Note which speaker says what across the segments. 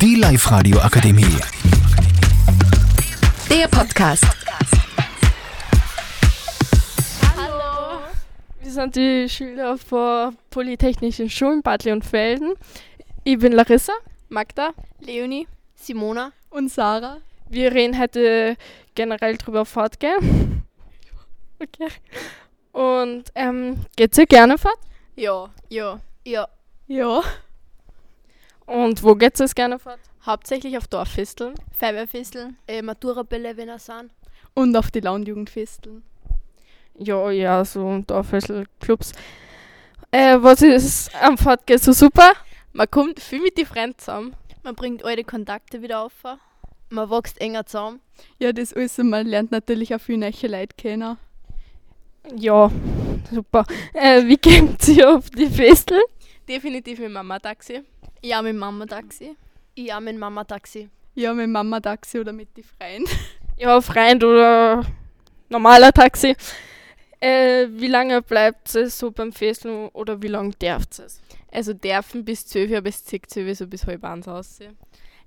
Speaker 1: Live radio akademie
Speaker 2: Der Podcast.
Speaker 3: Hallo. Wir sind die Schüler von Polytechnischen Schulen Bad Leonfelden. Ich bin Larissa, Magda, Leonie
Speaker 4: Simona.
Speaker 3: und Sarah. Wir reden heute generell drüber fortgehen. Okay. Und ähm, geht ihr gerne fort?
Speaker 4: Ja. Ja. Ja.
Speaker 3: Ja. Und wo geht es gerne fort?
Speaker 5: Hauptsächlich auf Dorffesteln
Speaker 4: Feuerwehrfisteln. Äh, Maturabälle, wenn er sind.
Speaker 5: und auf die Landjugendfesteln.
Speaker 3: Ja, ja, so Dorfhäusl-Clubs. Äh, was ist am Fortgehen so super?
Speaker 5: Man kommt viel mit den Freunden zusammen.
Speaker 4: Man bringt alte Kontakte wieder auf. Man wächst enger zusammen.
Speaker 5: Ja, das alles. Und man lernt natürlich auch viele neue Leute kennen.
Speaker 3: Ja, super. Äh, wie kommt ihr auf die Festeln?
Speaker 5: Definitiv mit Mama-Taxi.
Speaker 4: Ich auch mit Mama-Taxi. Ich auch mit Mama-Taxi.
Speaker 5: Ja, mit Mama-Taxi oder mit den Freien.
Speaker 3: Ja, Freund oder normaler Taxi. Äh, wie lange bleibt es so beim Festeln oder wie lange darf es?
Speaker 5: Also dürfen bis 12 Uhr, bis 10 Uhr, so bis halb eins aussehen.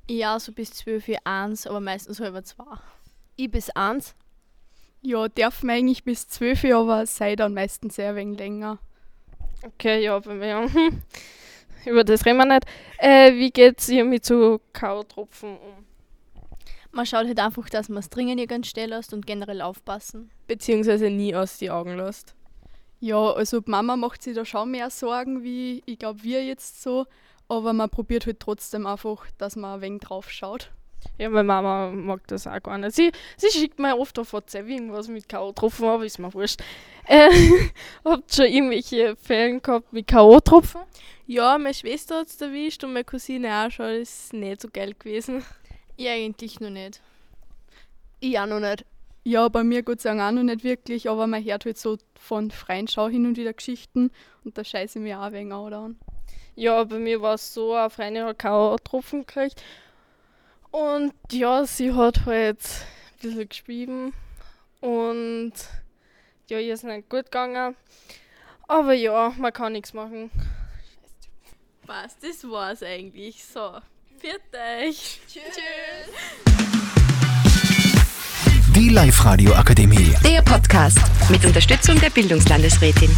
Speaker 4: Ich auch so bis 12 Uhr, 1, aber meistens halber 2. Ich bis 1.
Speaker 5: Ja, dürfen eigentlich bis 12 Uhr, aber sei dann meistens sehr wenig länger.
Speaker 3: Okay, ja, bei mir. hm, Über das reden wir nicht. Äh, wie geht's ihr mit so Kautropfen um?
Speaker 4: Man schaut halt einfach, dass man das Dringen irgendwann still lässt und generell aufpassen.
Speaker 5: Beziehungsweise nie aus die Augen lässt. Ja, also die Mama macht sich da schon mehr Sorgen, wie ich glaube wir jetzt so. Aber man probiert halt trotzdem einfach, dass man ein wenig drauf schaut.
Speaker 3: Ja, meine Mama mag das auch gar nicht. Sie, sie schickt mir oft auf WhatsApp irgendwas mit K.O.-Tropfen, aber ist mir wurscht. Äh, habt ihr schon irgendwelche Fälle gehabt mit K.O.-Tropfen?
Speaker 5: Ja, meine Schwester hat es erwischt und meine Cousine auch schon. Das ist nicht so geil gewesen.
Speaker 4: Ich eigentlich noch nicht. Ich auch noch nicht.
Speaker 5: Ja, bei mir Gott sei Dank auch noch nicht wirklich, aber man hört halt so von freien Schau hin und wieder Geschichten und da scheiße ich mir auch ein wenig auch an.
Speaker 3: Ja, bei mir war es so, eine Freundin hat K.O.-Tropfen gekriegt. Und ja, sie hat halt ein bisschen geschrieben. Und ja, ihr ist nicht gut gegangen. Aber ja, man kann nichts machen.
Speaker 5: Was, das war's eigentlich. So, viert euch.
Speaker 1: Die Live radio akademie
Speaker 2: Der Podcast. Mit Unterstützung der Bildungslandesrätin.